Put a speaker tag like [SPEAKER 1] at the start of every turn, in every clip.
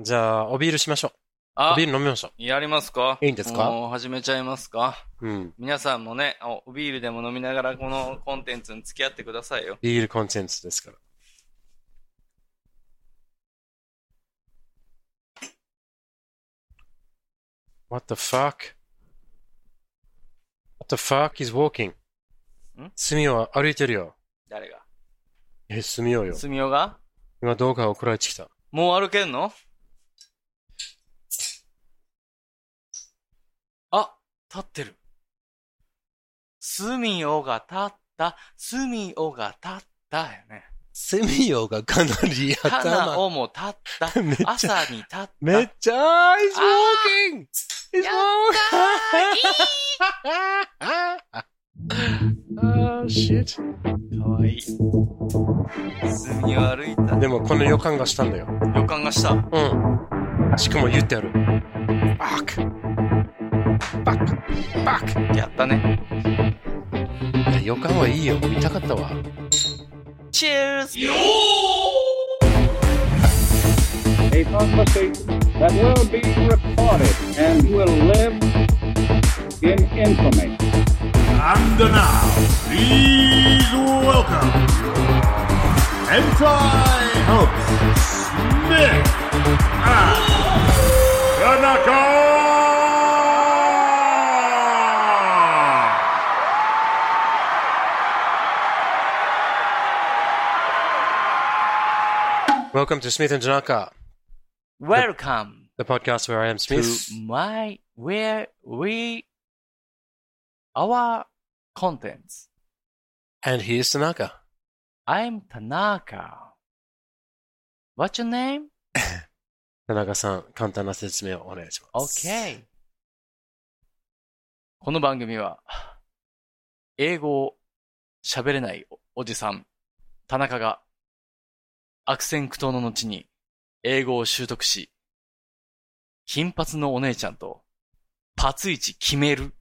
[SPEAKER 1] じゃあ、おビールしましょう。お
[SPEAKER 2] あ
[SPEAKER 1] ビー、ル飲みましょ
[SPEAKER 2] やりますか
[SPEAKER 1] いいんですか
[SPEAKER 2] もう始めちゃいますか
[SPEAKER 1] う。うん。
[SPEAKER 2] 皆さんもね、おおビールでも飲みながらこのコンテンツに付き合ってくださいよ。
[SPEAKER 1] ビールコンテンツですから。What the fuck? What the fuck is walking?
[SPEAKER 2] ん
[SPEAKER 1] 住を歩いてるよ。
[SPEAKER 2] 誰が
[SPEAKER 1] え、住をよ。
[SPEAKER 2] 住みおが
[SPEAKER 1] 今動画送られてきた。
[SPEAKER 2] もう歩けんのあ、立ってる。すみおが立った、すみおが立ったよね。
[SPEAKER 1] 住をがかなり
[SPEAKER 2] かな。おも立っ
[SPEAKER 1] めっち
[SPEAKER 2] た、
[SPEAKER 1] ゃ
[SPEAKER 2] 朝に立った。
[SPEAKER 1] めっちゃ、is walking! Is walking! あー、shit.
[SPEAKER 2] かわいい。隅を歩いた。
[SPEAKER 1] でもこの予感がしたんだよ。
[SPEAKER 2] 予感がした。
[SPEAKER 1] うん。しかも言ってある。バック。バック。バック。
[SPEAKER 2] やったね。
[SPEAKER 1] いや予感はいいよ。見たかったわ。
[SPEAKER 2] チェーズ
[SPEAKER 3] a conversation that will be recorded and will live in infamy.
[SPEAKER 4] And now, please welcome Hentai Host Smith and Tanaka!
[SPEAKER 1] Welcome to Smith and Janaka,
[SPEAKER 2] Welcome
[SPEAKER 1] the podcast where I am
[SPEAKER 2] to
[SPEAKER 1] Smith.
[SPEAKER 2] my where we our contents.
[SPEAKER 1] And he is Tanaka.
[SPEAKER 2] I'm Tanaka. What's your name?
[SPEAKER 1] 田中さん、簡単な説明をお願いします。
[SPEAKER 2] Okay. この番組は、英語を喋れないおおじさん、田中が、悪戦苦闘の後に英語を習得し、金髪のお姉ちゃんとパツイチ決める。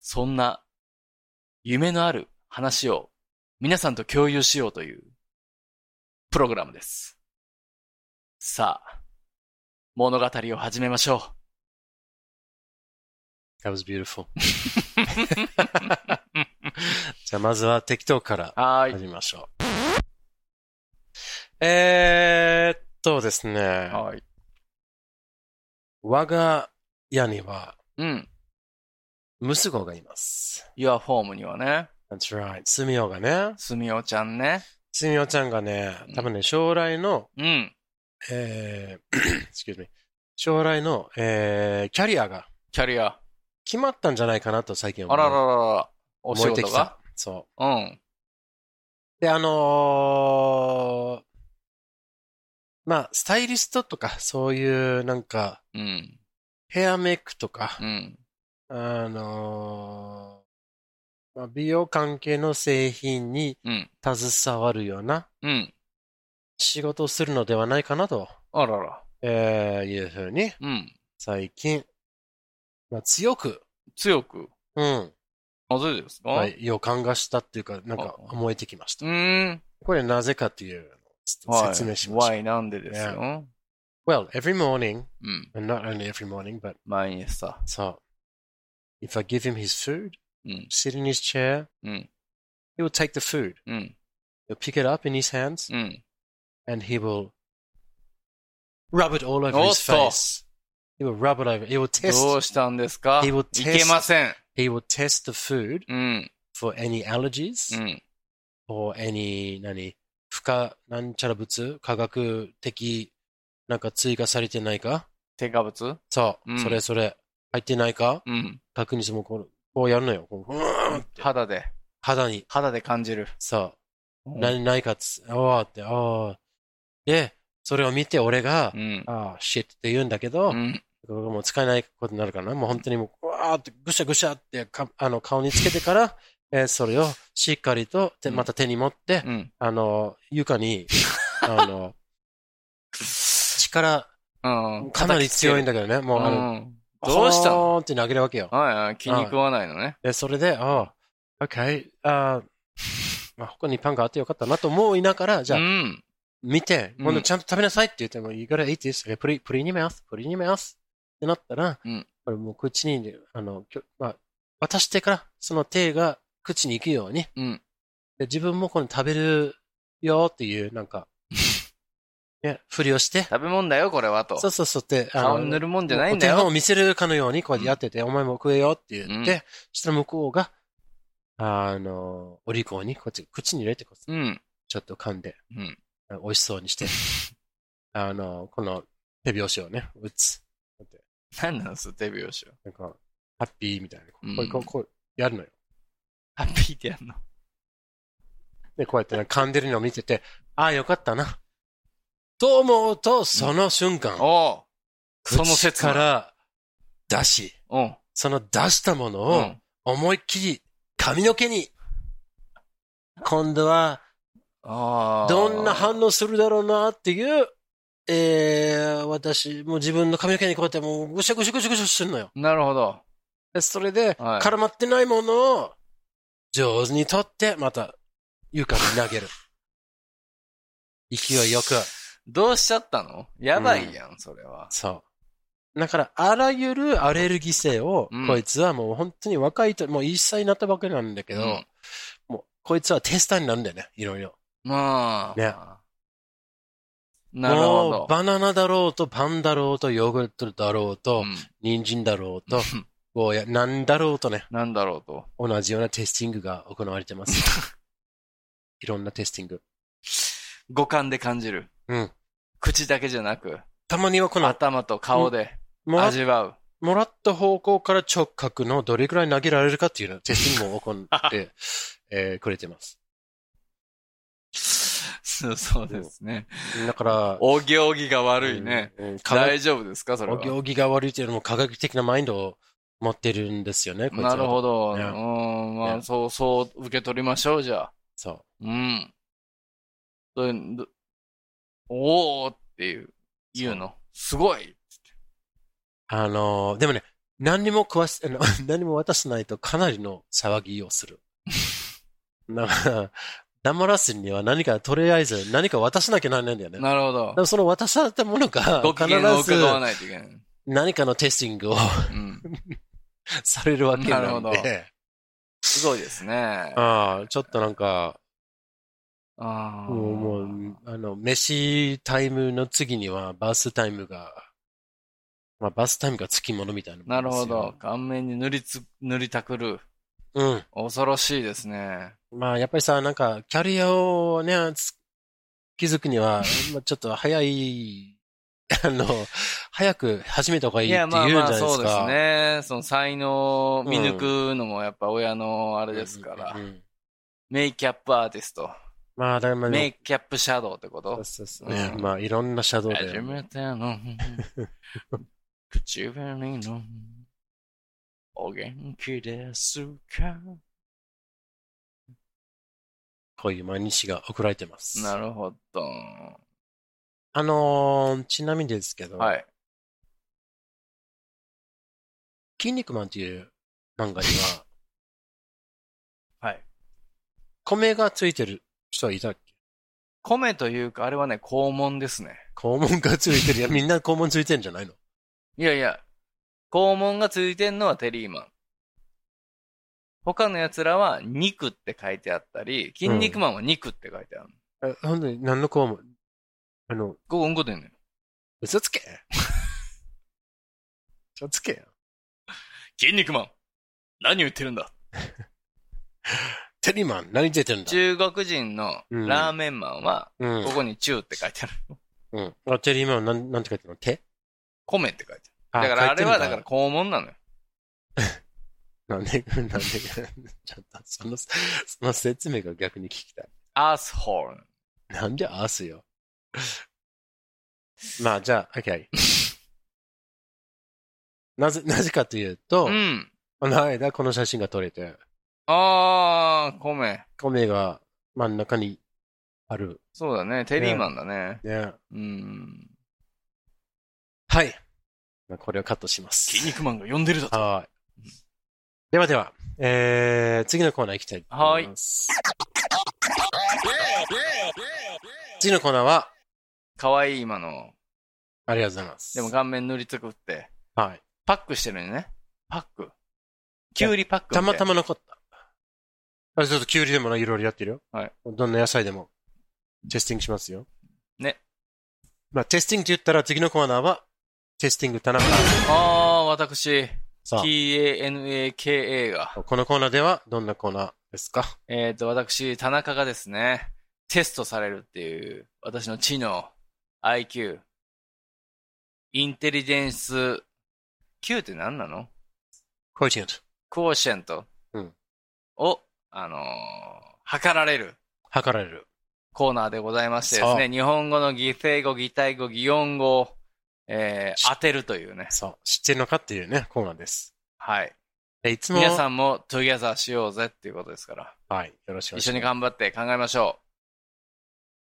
[SPEAKER 2] そんな夢のある話を皆さんと共有しようというプログラムです。さあ、物語を始めましょう。
[SPEAKER 1] That was beautiful. じゃあまずは適当から
[SPEAKER 2] は
[SPEAKER 1] 始めましょう。えーっとですね。
[SPEAKER 2] はい。
[SPEAKER 1] 我が家には
[SPEAKER 2] うん。
[SPEAKER 1] 息子がいます。
[SPEAKER 2] Your Home にはね、
[SPEAKER 1] That's right. スミオがね。
[SPEAKER 2] すみおちゃんね。
[SPEAKER 1] スミオちゃんがね、多分ね、将来の、
[SPEAKER 2] うん。
[SPEAKER 1] えー、excuse me. 将来の、えー、キャリアが
[SPEAKER 2] キャリア。
[SPEAKER 1] 決まったんじゃないかなと最近思
[SPEAKER 2] あ
[SPEAKER 1] う
[SPEAKER 2] らららら。お仕
[SPEAKER 1] 思えて
[SPEAKER 2] 事
[SPEAKER 1] き
[SPEAKER 2] が
[SPEAKER 1] た。そ
[SPEAKER 2] うん。
[SPEAKER 1] う。で、あのーまあ、スタイリストとか、そういうなんか、
[SPEAKER 2] うん。
[SPEAKER 1] ヘアメイクとか
[SPEAKER 2] う、ん。
[SPEAKER 1] あのーまあ、美容関係の製品に
[SPEAKER 2] うん。
[SPEAKER 1] 携わるような
[SPEAKER 2] うん。
[SPEAKER 1] 仕事をするのではないかなと、
[SPEAKER 2] あらら。
[SPEAKER 1] えーいうふうに
[SPEAKER 2] うん。
[SPEAKER 1] 最近、まあ、強く、
[SPEAKER 2] 強く。
[SPEAKER 1] うん、
[SPEAKER 2] なぜですか、
[SPEAKER 1] まあ、予感がしたっていうか、なんか
[SPEAKER 2] あ
[SPEAKER 1] 思えてきまし
[SPEAKER 2] う
[SPEAKER 1] た。
[SPEAKER 2] ーん。
[SPEAKER 1] これなぜかっていうのを
[SPEAKER 2] はい。
[SPEAKER 1] 説明しましょう。
[SPEAKER 2] Why なんでですよ、
[SPEAKER 1] Well, every morning,
[SPEAKER 2] うん。
[SPEAKER 1] and not only every morning, but
[SPEAKER 2] 毎日さ。
[SPEAKER 1] so, if I give him his food,
[SPEAKER 2] うん。
[SPEAKER 1] sit in his chair,
[SPEAKER 2] うん。
[SPEAKER 1] he will take the food,
[SPEAKER 2] うん。
[SPEAKER 1] he'll pick it up in his hands,
[SPEAKER 2] うん。
[SPEAKER 1] and he will rub it all over
[SPEAKER 2] Oh,
[SPEAKER 1] his face. He will rub it over. He will
[SPEAKER 2] どう
[SPEAKER 1] test.
[SPEAKER 2] したんですか
[SPEAKER 1] He will
[SPEAKER 2] い
[SPEAKER 1] test.
[SPEAKER 2] けません。
[SPEAKER 1] He will test the food
[SPEAKER 2] うん。
[SPEAKER 1] for any allergies
[SPEAKER 2] うん。
[SPEAKER 1] or any 何不可なんちゃら物化学的なんか追加されてないか。
[SPEAKER 2] 添加物
[SPEAKER 1] そう、
[SPEAKER 2] うん
[SPEAKER 1] それそれ入ってないか。
[SPEAKER 2] うん。
[SPEAKER 1] 確認してもこうこうやるのよ。こううーんって
[SPEAKER 2] 肌で。
[SPEAKER 1] 肌に
[SPEAKER 2] 肌で感じる。
[SPEAKER 1] さ
[SPEAKER 2] うん
[SPEAKER 1] 何ないかっつああってああでそれを見て俺が、
[SPEAKER 2] うん。
[SPEAKER 1] ああシッって言うんだけど、
[SPEAKER 2] うん。
[SPEAKER 1] これがもう使えないことになるからな。もう本当にもう、うわーってぐしゃぐしゃってかあの顔につけてから、えーそれをしっかりと手
[SPEAKER 2] うん
[SPEAKER 1] また手に持って、
[SPEAKER 2] うん。
[SPEAKER 1] あの、床 に、あの、力、
[SPEAKER 2] うん。
[SPEAKER 1] かなり強いん
[SPEAKER 2] だ
[SPEAKER 1] だけどね。もう、あの、
[SPEAKER 2] どうしたの
[SPEAKER 1] のって投げるわけよ。
[SPEAKER 2] はいはい、気に食わないのね。
[SPEAKER 1] で、それで、ああ、OK、ああ、まあ、他にパンがあってよかったなと思いながら、じゃあ、
[SPEAKER 2] うん。
[SPEAKER 1] 見て、
[SPEAKER 2] うん
[SPEAKER 1] 今度ちゃんと食べなさいって言っても、you gotta eat this, okay, put it, put it in your mouth, put it in your mouth ってなったら、
[SPEAKER 2] うん
[SPEAKER 1] これもう口に、あの、きょまあ、渡してから、その手が口に行くように、
[SPEAKER 2] うん
[SPEAKER 1] で自分もこの食べるよっていう、なん か、ね、ふりをして、
[SPEAKER 2] 食べ物だよ、これは、と。
[SPEAKER 1] そうそうそうって、あの
[SPEAKER 2] 顔に塗るもんじゃないんだ
[SPEAKER 1] お手本を
[SPEAKER 2] よ。
[SPEAKER 1] 見せるかのように、こうやってやってて、お前も食えよって言って、
[SPEAKER 2] う
[SPEAKER 1] そしたら向こうが、あの、お利口に、こっち、口に入れてこう、
[SPEAKER 2] うん。
[SPEAKER 1] ちょっと噛んで、
[SPEAKER 2] うん。
[SPEAKER 1] 美味しそうに して、あの、この手拍子をね、打つ。
[SPEAKER 2] 何なんす、デビューしよう。
[SPEAKER 1] なんか、ハッピーみたいな。こ
[SPEAKER 2] うん
[SPEAKER 1] う、こう、こう、やるのよ。
[SPEAKER 2] ハッピーってやんの。
[SPEAKER 1] で、こうやってね噛んでるのを見てて、ああ、よかったな。と思うと、その瞬間、
[SPEAKER 2] おうその
[SPEAKER 1] 口
[SPEAKER 2] 説
[SPEAKER 1] から出し、
[SPEAKER 2] うん。
[SPEAKER 1] その出したもの
[SPEAKER 2] う
[SPEAKER 1] を
[SPEAKER 2] ん。
[SPEAKER 1] 思いっきり髪の毛に、今度は
[SPEAKER 2] ああ。
[SPEAKER 1] どんな反応するだろうなっていう、えー、私、もう自分の髪の毛にこうやってもうぐしゃぐしゃぐしゃぐしゃするのよ。
[SPEAKER 2] なるほど。
[SPEAKER 1] でそれで、
[SPEAKER 2] はい
[SPEAKER 1] 絡まってないものを上手に取って、また床に投 げる。勢いよく。
[SPEAKER 2] どうしちゃったのやばいやん、それは。
[SPEAKER 1] そう。だから、あらゆるアレルギー性を、
[SPEAKER 2] うん
[SPEAKER 1] こいつはもう本当に若いと、もう1歳になったばっかりなんだけど、
[SPEAKER 2] うん
[SPEAKER 1] もう、こいつはテスターになるんだよね、いろいろ。
[SPEAKER 2] まあ。
[SPEAKER 1] ね
[SPEAKER 2] なる
[SPEAKER 1] も
[SPEAKER 2] ほ
[SPEAKER 1] う
[SPEAKER 2] ど。
[SPEAKER 1] バナナだろうと、パンだろうと、ヨーグルトだろうと、
[SPEAKER 2] うん
[SPEAKER 1] 人参だろうと、
[SPEAKER 2] うん
[SPEAKER 1] ゴーヤ、なんだろうとね、
[SPEAKER 2] なんだろうと。
[SPEAKER 1] 同じようなテスティングが行われてます。 いろんなテスティング。
[SPEAKER 2] 五感で感じる。
[SPEAKER 1] うん
[SPEAKER 2] 口だけじゃなく、
[SPEAKER 1] たまにはこの、
[SPEAKER 2] 頭と顔で
[SPEAKER 1] もら
[SPEAKER 2] 味わう。
[SPEAKER 1] もらった方向から直角のどれくらい投げられるかっていうのをテスティングも行って、 えーくれてます。
[SPEAKER 2] そうそうですね。
[SPEAKER 1] だから、
[SPEAKER 2] お行儀が悪いね。
[SPEAKER 1] うん。うん科学
[SPEAKER 2] 大丈夫ですかそれ
[SPEAKER 1] お
[SPEAKER 2] は。
[SPEAKER 1] 行儀が悪いというよりも科学的なマインドを持ってるんですよね、こいつは
[SPEAKER 2] なるほど。う
[SPEAKER 1] ね
[SPEAKER 2] ん、まあ、
[SPEAKER 1] ね
[SPEAKER 2] そう、そう受け取りましょう、じゃあ。
[SPEAKER 1] そう。
[SPEAKER 2] うん。どどおーっていう、言うの。すごい
[SPEAKER 1] あのーでもね、何にも食わす、あの 何も渡さないとかなりの騒ぎをする。 だから、黙らすには何か、とりあえず何か渡さなきゃならないんだよね。
[SPEAKER 2] なるほど
[SPEAKER 1] で。もその渡されたものが、
[SPEAKER 2] ご機嫌を
[SPEAKER 1] 必ず
[SPEAKER 2] 伺わないといけない。
[SPEAKER 1] 何かのテスティングを
[SPEAKER 2] うん。
[SPEAKER 1] されるわけ
[SPEAKER 2] なる
[SPEAKER 1] な
[SPEAKER 2] ほ
[SPEAKER 1] ん
[SPEAKER 2] ど
[SPEAKER 1] で、
[SPEAKER 2] すごいですね。
[SPEAKER 1] ああ、ちょっとなんか、
[SPEAKER 2] あー
[SPEAKER 1] もう、もう、あの、飯タイムの次にはバスタイムが、まあバスタイムがつきものみたいなもん
[SPEAKER 2] なる
[SPEAKER 1] です
[SPEAKER 2] ほ
[SPEAKER 1] よ
[SPEAKER 2] ど。。顔面に塗りつ、塗りたくる。
[SPEAKER 1] うん。
[SPEAKER 2] 恐ろしいですね。
[SPEAKER 1] まあ、やっぱりさ、なんか、キャリアをね、つ気づくに は、まあちょっと早い、あの、早く始めた方がい
[SPEAKER 2] い
[SPEAKER 1] いって言
[SPEAKER 2] や、
[SPEAKER 1] うじゃ
[SPEAKER 2] まあ
[SPEAKER 1] ないです
[SPEAKER 2] まあ、
[SPEAKER 1] か。
[SPEAKER 2] そうですね。その才能を見抜くのもやっぱ親のあれですから
[SPEAKER 1] うん。うんうん
[SPEAKER 2] メイキャップアーティスト。
[SPEAKER 1] まあ、だからまあ、
[SPEAKER 2] メイキャップシャドウってこ
[SPEAKER 1] そ
[SPEAKER 2] と
[SPEAKER 1] うそうそうね
[SPEAKER 2] うん
[SPEAKER 1] まあ、いろんなシャドウ
[SPEAKER 2] 初
[SPEAKER 1] で。
[SPEAKER 2] めての 口紅のお元気ですか
[SPEAKER 1] こういう毎日が送られてます。
[SPEAKER 2] なるほど。
[SPEAKER 1] あのーちなみにですけど、
[SPEAKER 2] はい。
[SPEAKER 1] 筋肉マンっていう漫画には、
[SPEAKER 2] はい。
[SPEAKER 1] 米がついてる人はいたっけ
[SPEAKER 2] 米というか、あれはね、肛門ですね。
[SPEAKER 1] 肛門がついてる。い や、みんな肛門ついてるんじゃないの
[SPEAKER 2] いやいや、肛門がついてんのはテリーマン。他の奴らは肉って書いてあったり、筋肉マンは肉って書いてある。
[SPEAKER 1] え、本当に何の肛門あの、
[SPEAKER 2] ここうんこ出んのよ。
[SPEAKER 1] 嘘つけ嘘つけよ。
[SPEAKER 2] 筋肉マン何を言ってるんだ
[SPEAKER 1] テリーマン、何出てんだ
[SPEAKER 2] 中国人のラーメンマンは、
[SPEAKER 1] うん
[SPEAKER 2] ここに中って書いてある。
[SPEAKER 1] うん。あ、テリーマン、なん、なんて書いてるの手
[SPEAKER 2] 米って書いてある。だからあれはだから。肛門なのよ。
[SPEAKER 1] 書いてるんだなんで、なん で、ちょっと、その、その説明が逆に聞きたい。
[SPEAKER 2] アースホール。
[SPEAKER 1] なんでアースよ。 まあ、じゃあ、OK。なぜ、なぜかというと
[SPEAKER 2] う、ん。
[SPEAKER 1] この間この写真が撮れて、
[SPEAKER 2] あー、米。
[SPEAKER 1] 米が真ん中にある。
[SPEAKER 2] そうだね。テリーマンだね。
[SPEAKER 1] ね。
[SPEAKER 2] うん。
[SPEAKER 1] はい。まあこれをカットします。
[SPEAKER 2] 筋肉マンが呼んでるだと。
[SPEAKER 1] はい。ではでは、えー、次のコーナー行きたいと思います。次のコーナーは、
[SPEAKER 2] 可愛い今の。
[SPEAKER 1] ありがとうございます。
[SPEAKER 2] でも顔面塗りつくって、
[SPEAKER 1] はい。
[SPEAKER 2] パックしてるよね。パック。キュウリパックみ
[SPEAKER 1] た
[SPEAKER 2] いな。
[SPEAKER 1] またま残った。あちょっとキュウリでもないろいろやってるよ。
[SPEAKER 2] はい。
[SPEAKER 1] どんな野菜でも、テスティングしますよ。
[SPEAKER 2] ね。
[SPEAKER 1] まあ、テスティングって言ったら次のコーナーは、テスティング田中。
[SPEAKER 2] ああー、私、
[SPEAKER 1] さ
[SPEAKER 2] TANAKA が。
[SPEAKER 1] あ、このコーナーではどんなコーナーですか
[SPEAKER 2] えっ、と、私、田中がですね、テストされるっていう、私の知能、IQ、インテリジェンス、Q って何なの
[SPEAKER 1] コイチント。
[SPEAKER 2] クォーシェント
[SPEAKER 1] うん
[SPEAKER 2] を、あのー測られる
[SPEAKER 1] 測られる。
[SPEAKER 2] コーナーでございましてです
[SPEAKER 1] そ
[SPEAKER 2] ね、日本語の擬声語、擬態語、擬音語を、えー当てるというね。
[SPEAKER 1] そう。知ってるのかっていうね、コーナーです。
[SPEAKER 2] はい。
[SPEAKER 1] えいつも、
[SPEAKER 2] 皆さんも together しようぜっていうことですから、
[SPEAKER 1] はい。よろしくお願い
[SPEAKER 2] 一
[SPEAKER 1] します。
[SPEAKER 2] 緒に頑張って考えましょう。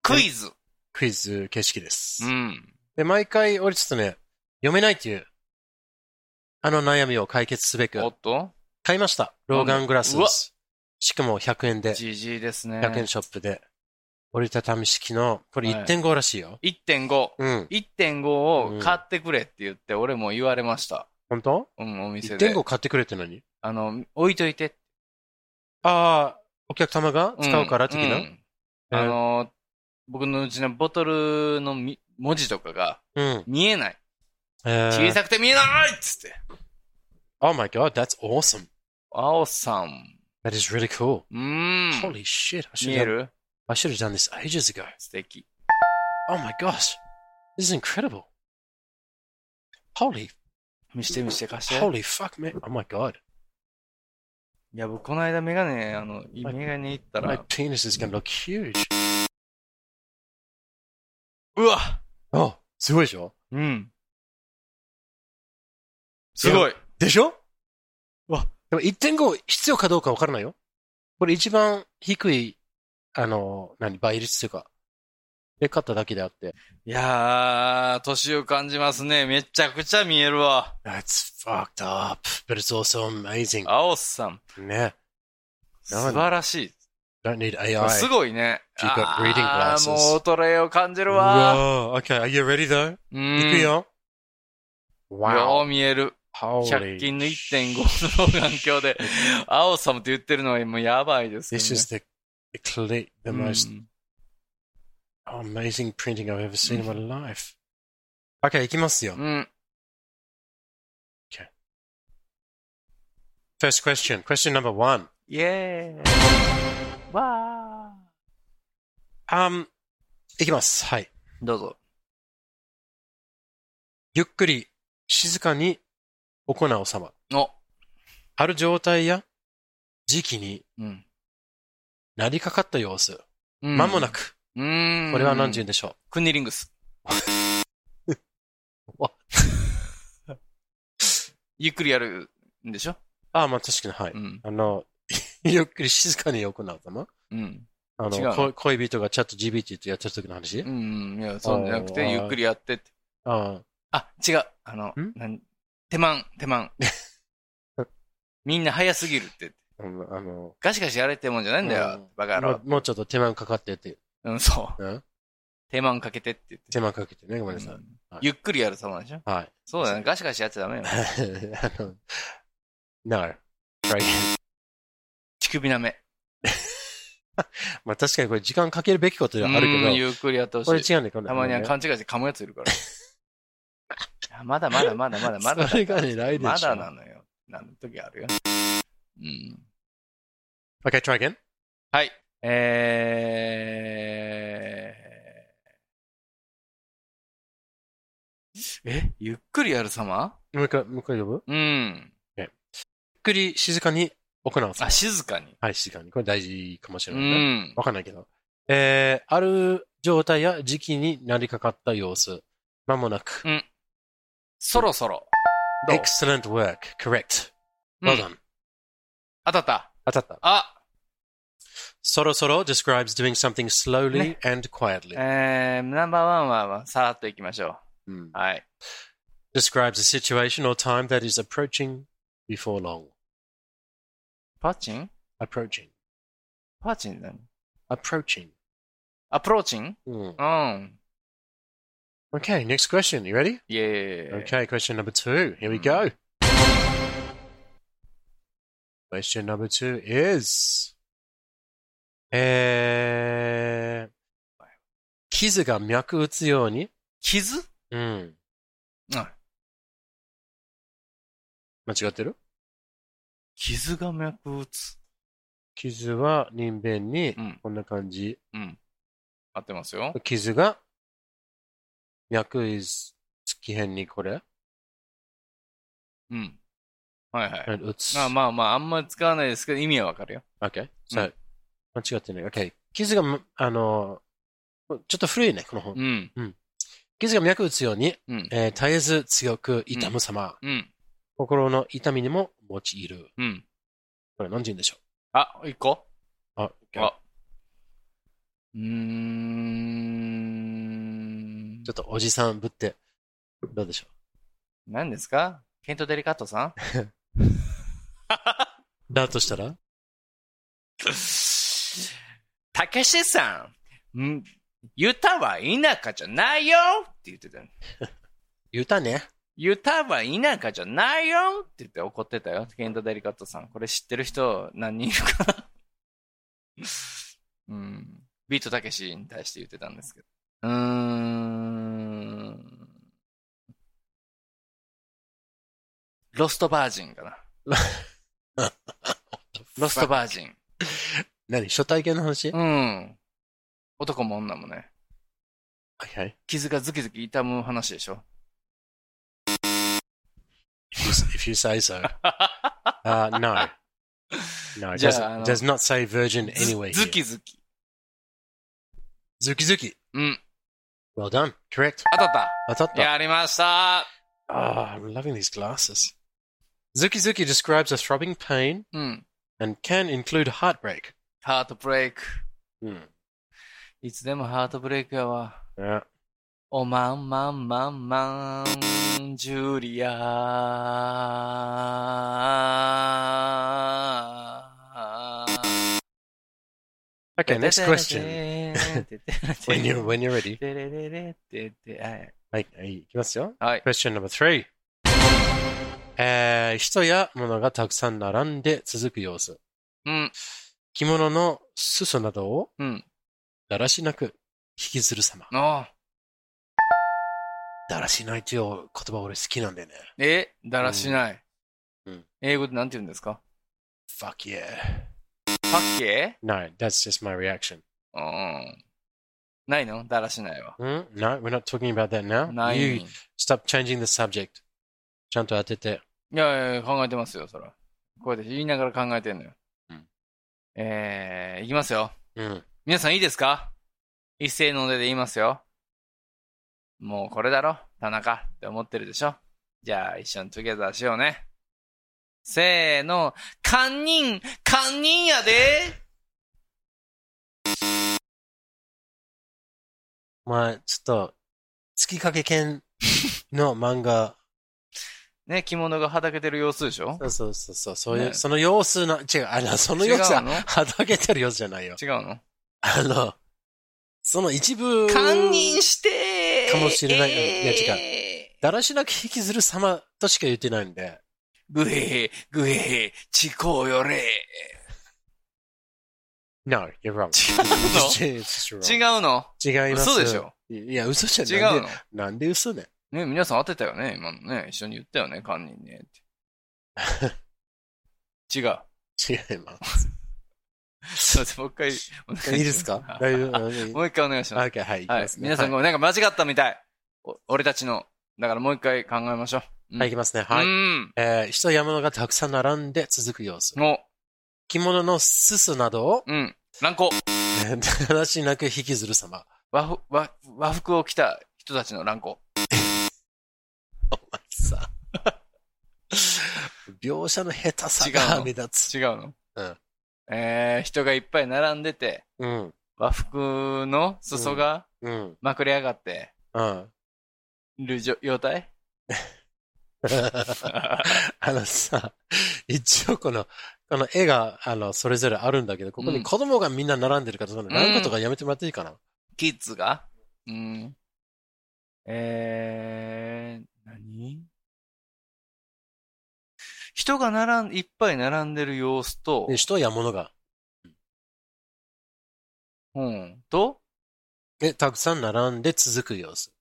[SPEAKER 2] クイズ
[SPEAKER 1] クイズ形式です。
[SPEAKER 2] うん。
[SPEAKER 1] で、毎回、俺ちょっとね、読めないっていう、あの悩みを解決すべく
[SPEAKER 2] お、っと
[SPEAKER 1] 買いました。ローガングラス
[SPEAKER 2] うわ
[SPEAKER 1] です。しかも100円で、
[SPEAKER 2] ?GG ですね。
[SPEAKER 1] 100円ショップで、折りたたみ式の、これ
[SPEAKER 2] はい
[SPEAKER 1] 1.5らしいよ。
[SPEAKER 2] 1.5。
[SPEAKER 1] うん。
[SPEAKER 2] 1.5を買ってくれって言って、俺も言われました。
[SPEAKER 1] 本当
[SPEAKER 2] うん、お店で。
[SPEAKER 1] ?1.5 買ってくれって何
[SPEAKER 2] あの、置いといて。
[SPEAKER 1] ああ、お客様が使うから的
[SPEAKER 2] う
[SPEAKER 1] な。
[SPEAKER 2] んあの、僕のうちのボトルのみ文字とかが
[SPEAKER 1] うん。
[SPEAKER 2] 見えない。
[SPEAKER 1] えー
[SPEAKER 2] 小さくて見えないっつって。
[SPEAKER 1] Oh my god, that's awesome.
[SPEAKER 2] 青さん。
[SPEAKER 1] That is really cool.
[SPEAKER 2] うーん。
[SPEAKER 1] Holy shit. I should
[SPEAKER 2] 見え
[SPEAKER 1] have,
[SPEAKER 2] る
[SPEAKER 1] I should have done this ages ago.
[SPEAKER 2] 素敵。
[SPEAKER 1] Oh my gosh. This is incredible. Holy,
[SPEAKER 2] 見して見して貸して。
[SPEAKER 1] holy fuck, man. Oh my god.
[SPEAKER 2] いや、僕この間メガネ、あの、
[SPEAKER 1] はい
[SPEAKER 2] メガネ行った
[SPEAKER 1] My
[SPEAKER 2] ら、
[SPEAKER 1] penis is gonna look huge.
[SPEAKER 2] うわ
[SPEAKER 1] あ、すごいでしょ
[SPEAKER 2] うん。すごい。
[SPEAKER 1] でしょ
[SPEAKER 2] うわ。
[SPEAKER 1] でも1.5必要かどうかわからないよ。これ一番低い、あの、何、倍率というか、で買っただけであって。
[SPEAKER 2] いやー、年を感じますね。めちゃくちゃ見えるわ。
[SPEAKER 1] That's fucked up, but it's also amazing.
[SPEAKER 2] 青さん。
[SPEAKER 1] ね。
[SPEAKER 2] 素晴らしい。
[SPEAKER 1] Don't need AI.
[SPEAKER 2] すごいね。
[SPEAKER 1] She got
[SPEAKER 2] あ
[SPEAKER 1] reading
[SPEAKER 2] ー
[SPEAKER 1] glasses.
[SPEAKER 2] もう衰えを感じる
[SPEAKER 1] う
[SPEAKER 2] わ。
[SPEAKER 1] わー Okay, are you ready though?
[SPEAKER 2] う
[SPEAKER 1] い
[SPEAKER 2] ん。
[SPEAKER 1] くよ。
[SPEAKER 2] よ
[SPEAKER 1] Wow.
[SPEAKER 2] う見える。100
[SPEAKER 1] Holy
[SPEAKER 2] 均の1.5の老眼鏡 で、青さんって言ってるのはもうやばいですけど
[SPEAKER 1] This
[SPEAKER 2] ね
[SPEAKER 1] is the, the, cle- the
[SPEAKER 2] う
[SPEAKER 1] most
[SPEAKER 2] ん
[SPEAKER 1] amazing printing I've ever seen in my life. Okay, いきますよ。
[SPEAKER 2] うん。
[SPEAKER 1] First question. Question number one.
[SPEAKER 2] イェーイ。わ
[SPEAKER 1] Um, いきます。はい。
[SPEAKER 2] ー。どうぞ。
[SPEAKER 1] ゆっくり、静かに行う様。
[SPEAKER 2] お。
[SPEAKER 1] ある状態や時期に
[SPEAKER 2] うん。
[SPEAKER 1] なりかかった様子。
[SPEAKER 2] 間
[SPEAKER 1] 間もな。く。
[SPEAKER 2] うーん。
[SPEAKER 1] これは何て言うんでしょ
[SPEAKER 2] クンニリングス。 ゆっくりやるんでしょ
[SPEAKER 1] う。ああ、まあ確かに、はい。
[SPEAKER 2] うん。
[SPEAKER 1] あの、 ゆっくり静かに行う様。
[SPEAKER 2] うん。
[SPEAKER 1] あ
[SPEAKER 2] 違うの
[SPEAKER 1] の、こ恋人がチャット GBT とやってる時の話、
[SPEAKER 2] うん。いや、そうじゃなく
[SPEAKER 1] あ
[SPEAKER 2] て、
[SPEAKER 1] ー
[SPEAKER 2] ゆっくりやってって。
[SPEAKER 1] あ
[SPEAKER 2] あ、違う。あの、
[SPEAKER 1] ん
[SPEAKER 2] なん手間、手間。みんな早すぎるって。
[SPEAKER 1] あ、あの、あの
[SPEAKER 2] ガシガシやれってもんじゃないんだ
[SPEAKER 1] うん
[SPEAKER 2] よ。バカ野
[SPEAKER 1] も
[SPEAKER 2] 郎
[SPEAKER 1] う。もうちょっと手間かかってって、
[SPEAKER 2] うん、そう。
[SPEAKER 1] うん、
[SPEAKER 2] 手間かけてって言って。
[SPEAKER 1] 手間かけてね、ごめんなさい。
[SPEAKER 2] うん
[SPEAKER 1] はい
[SPEAKER 2] ゆっくりやる様でしょ
[SPEAKER 1] はい。
[SPEAKER 2] そうだね。ガシガシやっちゃダメよ。
[SPEAKER 1] あの、no. Right.
[SPEAKER 2] 乳首なめ。
[SPEAKER 1] まあ確かにこれ時間かけるべきことではある
[SPEAKER 2] うん
[SPEAKER 1] け
[SPEAKER 2] ゆっくりやってほ
[SPEAKER 1] ど、これ
[SPEAKER 2] しい。
[SPEAKER 1] 違うんだよ、これ。
[SPEAKER 2] たまには勘違いして噛むやつい るから。あまだまだまだまだまだ。
[SPEAKER 1] それがねないでしょ
[SPEAKER 2] まだなのよ。なんの時あるよ。うん。
[SPEAKER 1] Okay, try again.
[SPEAKER 2] はい。えー、え、ゆっくりやる様
[SPEAKER 1] もう一回、もう一回呼ぶ
[SPEAKER 2] うん。
[SPEAKER 1] ゆっくり静かに行うさ
[SPEAKER 2] あ、。静かに。
[SPEAKER 1] はい、静かに。これ大事かもし
[SPEAKER 2] う
[SPEAKER 1] れないね。
[SPEAKER 2] ん。
[SPEAKER 1] わかんないけど。えー、ある状態や時期になりかかった様子。まもなく
[SPEAKER 2] うん。そろそろ。どう
[SPEAKER 1] Excellent work. Correct.
[SPEAKER 2] うん
[SPEAKER 1] Well done.
[SPEAKER 2] 当たった。
[SPEAKER 1] 当たった。
[SPEAKER 2] あ、
[SPEAKER 1] そろそろ describes doing something slowly
[SPEAKER 2] ね
[SPEAKER 1] and quietly.
[SPEAKER 2] えー、ナンバーワンはまあさらっといきましょ
[SPEAKER 1] うん
[SPEAKER 2] う。はい。
[SPEAKER 1] describes a situation or time that is approaching before long.
[SPEAKER 2] パチン
[SPEAKER 1] approaching.
[SPEAKER 2] パチンだね。
[SPEAKER 1] approaching.
[SPEAKER 2] アプローチン
[SPEAKER 1] うん
[SPEAKER 2] うん。
[SPEAKER 1] Hmm. Okay, next question. You ready?
[SPEAKER 2] Yeah.
[SPEAKER 1] Okay, question number two. Here we
[SPEAKER 2] Hmm.
[SPEAKER 1] go. Question number two is. えー、傷が脈打つように、
[SPEAKER 2] 傷
[SPEAKER 1] うん。
[SPEAKER 2] はい
[SPEAKER 1] 間違ってる
[SPEAKER 2] 傷が脈打つ。
[SPEAKER 1] 傷は人弁に
[SPEAKER 2] う、ん。
[SPEAKER 1] こんな感じ。
[SPEAKER 2] うん。合ってますよ。
[SPEAKER 1] 傷が、脈 is 月辺にこれ、
[SPEAKER 2] うん。はいはい。
[SPEAKER 1] and 打つ。
[SPEAKER 2] まあまあまあ、あんまり使わないですけど、意味はわかるよ。
[SPEAKER 1] Okay. So, 間違ってない。Okay. 傷が、あの、ちょっと古いね、この本。
[SPEAKER 2] うん。
[SPEAKER 1] 傷が脈打つように、
[SPEAKER 2] うん。
[SPEAKER 1] えー絶えず強く痛む様、
[SPEAKER 2] うん。
[SPEAKER 1] 心の痛みにも用いる。
[SPEAKER 2] うん。
[SPEAKER 1] これ何人でしょ
[SPEAKER 2] あ、一個
[SPEAKER 1] うあ、OK
[SPEAKER 2] あ。うーん
[SPEAKER 1] ちょ。っとおじさんぶって、どうでしょ
[SPEAKER 2] 何ですかケント・デリカットさん
[SPEAKER 1] うだとしたら
[SPEAKER 2] たけしさん、ん、ユタは田舎じゃないよって言ってたよ。
[SPEAKER 1] 言うたね。
[SPEAKER 2] ユタは田舎じゃないよって言って怒ってたよ。ケント・デリカットさん。これ知ってる人何人いるか なうん。ビートたけしに対して言ってたんですけど。うーん。ロストバージンか な。ロストバージン。
[SPEAKER 1] 何初体験の話、
[SPEAKER 2] うん。男も女もね。
[SPEAKER 1] はいはい。
[SPEAKER 2] 傷がズキズキ痛む話でし ょ。
[SPEAKER 1] If you, if you say so. Uh, no. No, it
[SPEAKER 2] じゃああ
[SPEAKER 1] does, does
[SPEAKER 2] の
[SPEAKER 1] not say virgin anyway.
[SPEAKER 2] ズ
[SPEAKER 1] here.
[SPEAKER 2] キズキ。
[SPEAKER 1] Zuki Zuki.
[SPEAKER 2] うん。
[SPEAKER 1] Well done. Correct.
[SPEAKER 2] 当たった。
[SPEAKER 1] I thought that.
[SPEAKER 2] やりました。
[SPEAKER 1] Ah, I'm loving these glasses. Zuki Zuki describes a throbbing pain
[SPEAKER 2] うん。
[SPEAKER 1] and can include heartbreak.
[SPEAKER 2] ハートブレイク。
[SPEAKER 1] Hmm.
[SPEAKER 2] いつでもハートブレイクやわ。
[SPEAKER 1] Yeah.
[SPEAKER 2] おまんまんまんまん、ジュリア。
[SPEAKER 1] Okay, next question. When
[SPEAKER 2] when
[SPEAKER 1] you're when you're ready. はい、はい、いきますよ。
[SPEAKER 2] はい。
[SPEAKER 1] Question number three. Eh, えー、人や物がたくさん並んで続く様子。
[SPEAKER 2] うん、
[SPEAKER 1] 着物の裾などを
[SPEAKER 2] うん。
[SPEAKER 1] だらしなく引きずる様。
[SPEAKER 2] あ
[SPEAKER 1] だらしないっていう言葉俺好きなんだよね。
[SPEAKER 2] え、だらしない。
[SPEAKER 1] うん
[SPEAKER 2] 英語でなんて言うんですか
[SPEAKER 1] Fuck yeah.
[SPEAKER 2] パッケ
[SPEAKER 1] No, that's just my reaction.
[SPEAKER 2] ーうん。ないのだらしないわ。
[SPEAKER 1] Hmm? No, we're not talking about that now.
[SPEAKER 2] ない。
[SPEAKER 1] You
[SPEAKER 2] い
[SPEAKER 1] stop changing the subject. ちゃんと当てて。
[SPEAKER 2] やいや、考えてますよ、そら。こうやって言いながら考えてんのよ。
[SPEAKER 1] うん
[SPEAKER 2] えー、いきますよ。
[SPEAKER 1] うん。
[SPEAKER 2] 皆さんいいですか一斉の腕で言いますよ。もうこれだろ田中って思ってるでしょじゃあ一緒にトゥゲザーしようね。せーの、堪忍堪忍やで
[SPEAKER 1] お前、ちょっと、月影犬の漫 画。
[SPEAKER 2] ね、着物がはだけてる様子でしょ
[SPEAKER 1] そうそうそうそう。そういう、
[SPEAKER 2] ね
[SPEAKER 1] その様子の、違う、あの、その様子
[SPEAKER 2] 違う
[SPEAKER 1] は、
[SPEAKER 2] の
[SPEAKER 1] はだけてる様子じゃないよ。
[SPEAKER 2] 違うの
[SPEAKER 1] あの、その一部、
[SPEAKER 2] 堪忍して
[SPEAKER 1] かもしれないうんいや
[SPEAKER 2] 違う。
[SPEAKER 1] だらしなく引きずる様としか言ってないんで。
[SPEAKER 2] ぐへへ、ぐへへ、ちこうよれ。
[SPEAKER 1] No, you're wrong.
[SPEAKER 2] 違う
[SPEAKER 1] It's just
[SPEAKER 2] 違
[SPEAKER 1] wrong.
[SPEAKER 2] うの
[SPEAKER 1] 違います。
[SPEAKER 2] 嘘でしょ
[SPEAKER 1] いや、嘘じ
[SPEAKER 2] 違
[SPEAKER 1] ゃない。
[SPEAKER 2] うの
[SPEAKER 1] なんで嘘ね。
[SPEAKER 2] ね、皆さん当てたよね、今のね。一緒に言ったよね、堪忍ね。 って違う。
[SPEAKER 1] 違い ます。
[SPEAKER 2] すいませんもう一回お願します。
[SPEAKER 1] いいですか大丈夫
[SPEAKER 2] もう一回お願いします。
[SPEAKER 1] OK, はい、いき
[SPEAKER 2] は
[SPEAKER 1] ま
[SPEAKER 2] い。
[SPEAKER 1] すね。
[SPEAKER 2] 皆さんごめん、なんか間違ったみたい。お俺たちの。だからもう一回考えましょう。
[SPEAKER 1] はい、いきますね。はい。
[SPEAKER 2] うん。
[SPEAKER 1] えー人や物がたくさん並んで続く様子。
[SPEAKER 2] お、
[SPEAKER 1] 着物のすすなどを、
[SPEAKER 2] うん。乱行。
[SPEAKER 1] えーだらしなく引きずる様。
[SPEAKER 2] 和服、和和服を着た人たちの乱行。
[SPEAKER 1] お前さ。描写の下手さ
[SPEAKER 2] 違う
[SPEAKER 1] が
[SPEAKER 2] の
[SPEAKER 1] 目立つ。
[SPEAKER 2] 違うの
[SPEAKER 1] うん。
[SPEAKER 2] えー、人がいっぱい並んでて、
[SPEAKER 1] うん。
[SPEAKER 2] 和服の裾が
[SPEAKER 1] うん。
[SPEAKER 2] まくれ上がって
[SPEAKER 1] うん。
[SPEAKER 2] る状 態
[SPEAKER 1] あのさ、一応この、この絵が、あの、それぞれあるんだけど、ここに子供がみんな並んでるから、その、
[SPEAKER 2] ん
[SPEAKER 1] 何個とかやめてもらっていいかな。
[SPEAKER 2] キッズがうん。えー、何人が並ん、いっぱい並んでる様子と、
[SPEAKER 1] で人や物が、
[SPEAKER 2] うん、と、
[SPEAKER 1] え、たくさん並んで続く様子。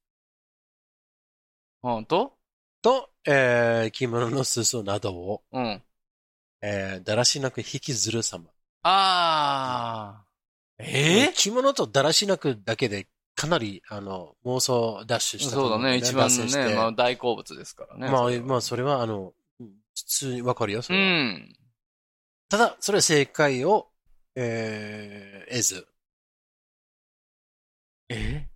[SPEAKER 2] うん、と、
[SPEAKER 1] と、えー、着物の裾などを、
[SPEAKER 2] うん。
[SPEAKER 1] えー、だらしなく引きずる様。
[SPEAKER 2] あー。え
[SPEAKER 1] 着物とだらしなくだけで、かなり、あの、妄想ダッシュ
[SPEAKER 2] ー、
[SPEAKER 1] した
[SPEAKER 2] そ
[SPEAKER 1] と
[SPEAKER 2] う
[SPEAKER 1] 思
[SPEAKER 2] だ
[SPEAKER 1] う
[SPEAKER 2] ね。一番
[SPEAKER 1] 脱線し
[SPEAKER 2] ね、
[SPEAKER 1] て
[SPEAKER 2] まあ大好物ですからね。
[SPEAKER 1] ま
[SPEAKER 2] そ
[SPEAKER 1] あ
[SPEAKER 2] れ、は
[SPEAKER 1] まあ、それは、あの、普通にわかるよ、そうれは
[SPEAKER 2] ん。
[SPEAKER 1] ただ、それは正解を、えー、得ず。
[SPEAKER 2] え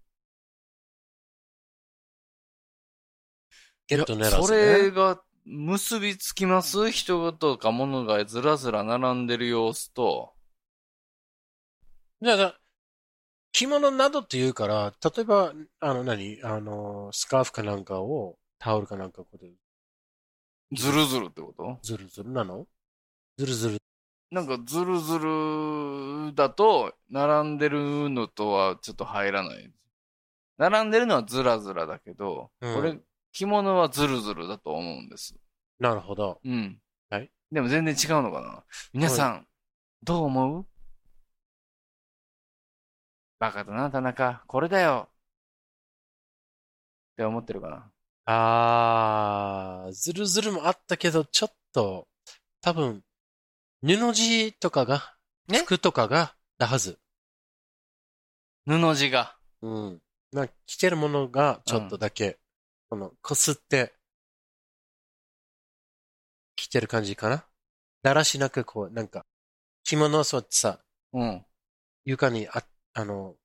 [SPEAKER 1] ゲット狙わ
[SPEAKER 2] そ
[SPEAKER 1] ず、ね。
[SPEAKER 2] れが結びつきます人とか物がずらずら並んでる様子と、
[SPEAKER 1] じゃあじゃあ、着物などって言うから、例えば、あの何、あの、スカーフかなんかを、タオルかなんかこうで、
[SPEAKER 2] ずるずるってこと
[SPEAKER 1] ずるずるなのずるずる。
[SPEAKER 2] なんかずるずるだと、並んでるのとはちょっと入らない。並んでるのはずらずらだけど、
[SPEAKER 1] うん
[SPEAKER 2] 俺、着物はずるずるだと思うんです。
[SPEAKER 1] なるほど。
[SPEAKER 2] うん。
[SPEAKER 1] はい。
[SPEAKER 2] でも全然違うのかな。皆さん、どう思うバカだな、田中。これだよ。って思ってるかな。
[SPEAKER 1] あー、ずるずるもあったけど、ちょっと、多分、布地とかが、
[SPEAKER 2] ね
[SPEAKER 1] 服とかが、だはず。
[SPEAKER 2] 布地が。
[SPEAKER 1] うん。なんか着てるものが、ちょっとだけ、この、こすって、着てる感じかなだらしなく、こう、なんか、着物はそうやってさ、
[SPEAKER 2] うん。
[SPEAKER 1] 床にあ、あの、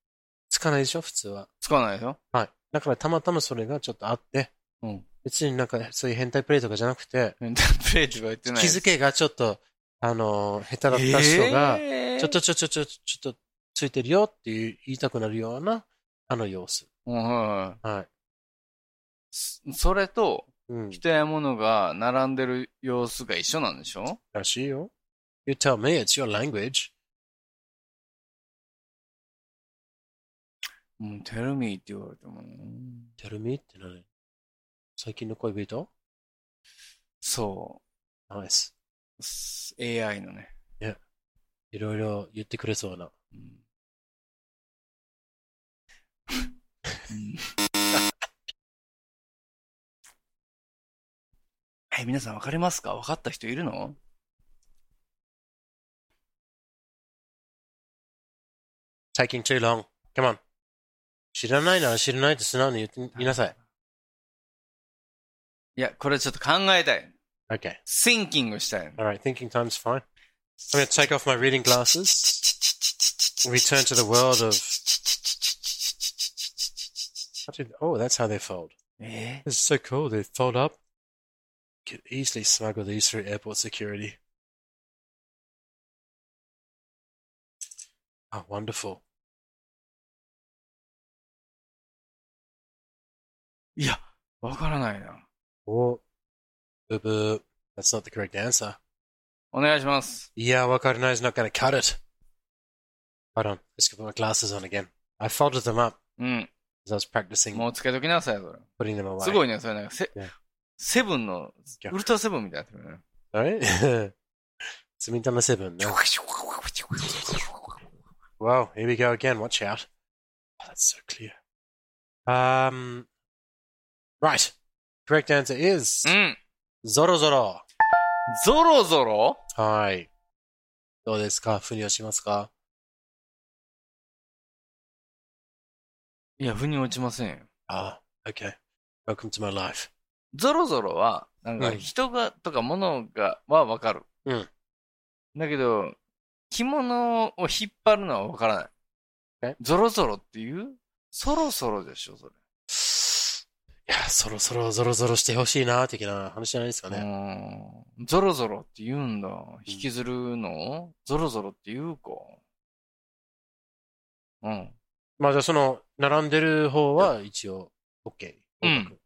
[SPEAKER 1] つかないでしょ普通は。
[SPEAKER 2] つかないでしょ
[SPEAKER 1] はい。だからたまたまそれがちょっとあって、
[SPEAKER 2] うん。
[SPEAKER 1] 別になんかそういう変態プレイとかじゃなくて、
[SPEAKER 2] メンタルプレイとか言ってない
[SPEAKER 1] 気
[SPEAKER 2] です。
[SPEAKER 1] づけがちょっと、あの、下手だった人が、
[SPEAKER 2] えー
[SPEAKER 1] ちょっとちょちょちょ、ちょっとついてるよっていう言いたくなるような、あの様子。
[SPEAKER 2] うんはいはい
[SPEAKER 1] はい。
[SPEAKER 2] そそれと、
[SPEAKER 1] うん。
[SPEAKER 2] 人や物が並んでる様子が一緒なんでしょ
[SPEAKER 1] らしいよ。You tell me it's your language.
[SPEAKER 2] うん、テルミーって言われてもね。
[SPEAKER 1] tell me って何最近の恋人
[SPEAKER 2] そ
[SPEAKER 1] ナイス。
[SPEAKER 2] うす。AI のね。
[SPEAKER 1] いろいろ言ってくれそうな。
[SPEAKER 2] うん え、皆さん分かりますか分かった人いるの
[SPEAKER 1] 最近 too long. Come on. 知らないなら知らないって素直に言ってみなさい。
[SPEAKER 2] いや、これちょっと考えたい。
[SPEAKER 1] Okay.
[SPEAKER 2] thinking したい。
[SPEAKER 1] All right, thinking time's fine. I'm going to take off my reading glasses, return to the world of. How did- Oh, that's how they fold.
[SPEAKER 2] え
[SPEAKER 1] This is so cool. They fold up. Could easily smuggle these through airport security. Oh, wonderful.
[SPEAKER 2] いや、わからないな。
[SPEAKER 1] Oh, boo boo. That's not the correct answer.
[SPEAKER 2] お願いします。
[SPEAKER 1] Yeah, Wakarina is not going to cut it. Hold on. Let's put my glasses on again. I folded them up
[SPEAKER 2] うん。
[SPEAKER 1] as I was practicing
[SPEAKER 2] もうつけときなさい、それ。
[SPEAKER 1] putting them away.
[SPEAKER 2] すごいね、それなんかセ
[SPEAKER 1] ね、
[SPEAKER 2] セブンの、ウルトラセブンみたいになってるね。
[SPEAKER 1] Alright? 積みのセブンね。Wow, here we go again. Watch out. Oh, that's so clear. Um, right. Correct answer is
[SPEAKER 2] うん。
[SPEAKER 1] ゾロゾロ。
[SPEAKER 2] ゾロゾロ
[SPEAKER 1] はい。どうですかふにをしますか
[SPEAKER 2] いや、腑に落ちませんよ。
[SPEAKER 1] あ、oh, okay. Welcome to my life.
[SPEAKER 2] ゾロゾロは、なんか
[SPEAKER 1] うん
[SPEAKER 2] 人が、とか物が、はわかる。
[SPEAKER 1] うん。
[SPEAKER 2] だけど、着物を引っ張るのはわからない
[SPEAKER 1] え。
[SPEAKER 2] ゾロゾロっていうそろそろでしょ、それ。
[SPEAKER 1] いや、そろそろゾロゾロしてほしいな、的な話じゃないですかね。
[SPEAKER 2] うーんゾロゾロって言うんだ。引きずるの、ゾロゾロって言うか。うん。
[SPEAKER 1] まあじゃあその、並んでる方は一応、OK。
[SPEAKER 2] うん
[SPEAKER 1] 合格。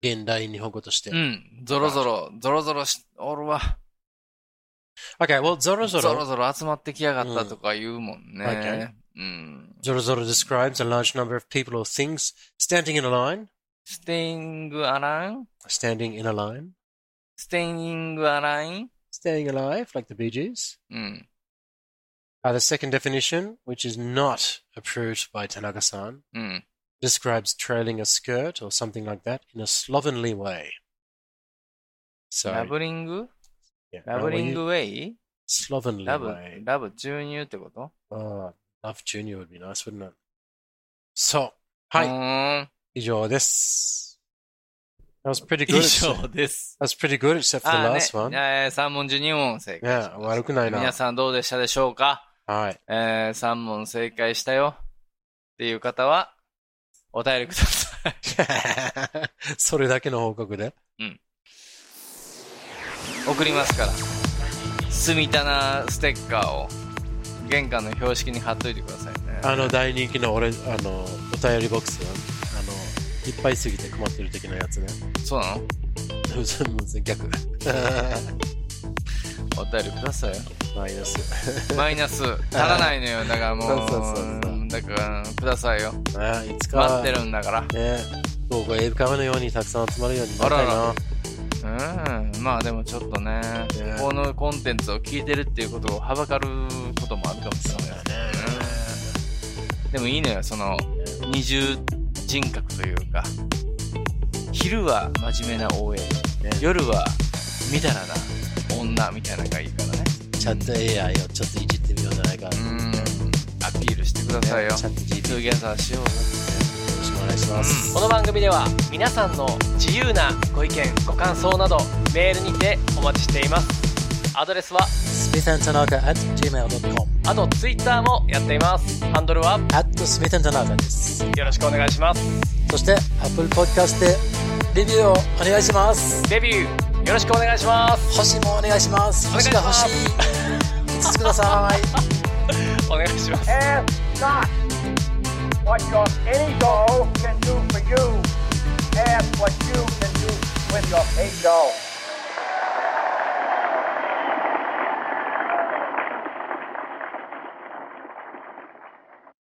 [SPEAKER 1] 現代日本語として。
[SPEAKER 2] うん。ゾロゾロ、ゾロゾロし、おるわ。
[SPEAKER 1] Okay, well, ゾロゾ
[SPEAKER 2] ゾ
[SPEAKER 1] ロ。
[SPEAKER 2] ロゾロ集まってきやがったとか言うもんね。うん。
[SPEAKER 1] Zorozoro describes a large number of people or things standing in a line
[SPEAKER 2] ステイングアライン
[SPEAKER 1] standing in a line,
[SPEAKER 2] ステイングアライン
[SPEAKER 1] staying alive, like the Bee Gees.
[SPEAKER 2] うん。
[SPEAKER 1] Uh, the second definition, which is not approved by Tanaka san,
[SPEAKER 2] うん。
[SPEAKER 1] describes trailing a skirt or something like that in a slovenly way. So,
[SPEAKER 2] ラブリング
[SPEAKER 1] yeah,
[SPEAKER 2] ラブリン
[SPEAKER 1] when
[SPEAKER 2] グ
[SPEAKER 1] you-
[SPEAKER 2] ウェイ
[SPEAKER 1] slovenly
[SPEAKER 2] ラブ
[SPEAKER 1] way.、
[SPEAKER 2] ラブ注入ってこと
[SPEAKER 1] Oh, Love Junior would be nice, wouldn't it? So,
[SPEAKER 2] う
[SPEAKER 1] hi,
[SPEAKER 2] ーん
[SPEAKER 1] 以上です. That was pretty
[SPEAKER 2] 以
[SPEAKER 1] good.
[SPEAKER 2] 上
[SPEAKER 1] That
[SPEAKER 2] です。
[SPEAKER 1] was pretty good, except for the
[SPEAKER 2] あ
[SPEAKER 1] last
[SPEAKER 2] ー
[SPEAKER 1] one.
[SPEAKER 2] ね、えー、3問12問正解しました。
[SPEAKER 1] Yeah, 悪くないな
[SPEAKER 2] 皆さんどうでしたでしょうか
[SPEAKER 1] はい。
[SPEAKER 2] えー、3問正解したよっていう方は、お便りください。
[SPEAKER 1] それだけの報告で。
[SPEAKER 2] 送りますから。住棚ステッカーを玄関の標識に貼っといてくださいね。
[SPEAKER 1] あの、大人気の俺、あの、お便りボックスは、あの、いっぱいすぎて困ってる的なやつね。
[SPEAKER 2] そうなの
[SPEAKER 1] 逆。
[SPEAKER 2] お便りくださいよ。
[SPEAKER 1] マイナス。
[SPEAKER 2] マイナス、足らないのよ。だからもう、
[SPEAKER 1] そうそうそうそう
[SPEAKER 2] だから、くださいよ。
[SPEAKER 1] あいつか
[SPEAKER 2] 待
[SPEAKER 1] は、
[SPEAKER 2] ってるんだから。
[SPEAKER 1] ね、どうかエイブカメのようにたくさん集まるようになりたい
[SPEAKER 2] あら
[SPEAKER 1] な。
[SPEAKER 2] うん、まあでもちょっとね、
[SPEAKER 1] ね
[SPEAKER 2] このコンテンツを聞いてるっていうことをはばかることもあるかもしれない。うんでもいいのよ、その、二重人格というか、昼は真面目な OA、夜はみだらな女みたいなのがいいからね。
[SPEAKER 1] チャット AI をちょっといじってみようじゃないか。
[SPEAKER 2] う
[SPEAKER 1] ね
[SPEAKER 2] ん、アピールしてくださいよ。
[SPEAKER 1] チャット GPT
[SPEAKER 2] トゥーギャザーしようよ。
[SPEAKER 1] よろしくお願いします。
[SPEAKER 5] この番組では皆さんの自由なご意見ご感想などメールにてお待ちしていますアドレスは
[SPEAKER 6] Smith and Tanaka at gmail.com
[SPEAKER 5] あとツイッターもやっていますハンドルは
[SPEAKER 6] at Smith and Tanaka です。
[SPEAKER 5] よろしくお願いします
[SPEAKER 6] そして、Apple Podcast でレビューをお願いします。
[SPEAKER 5] デビューよろしくお願いします
[SPEAKER 6] 星もお願いします。星が欲しい。5つく ださい。
[SPEAKER 5] お願いします
[SPEAKER 3] Ask not what your any goal is.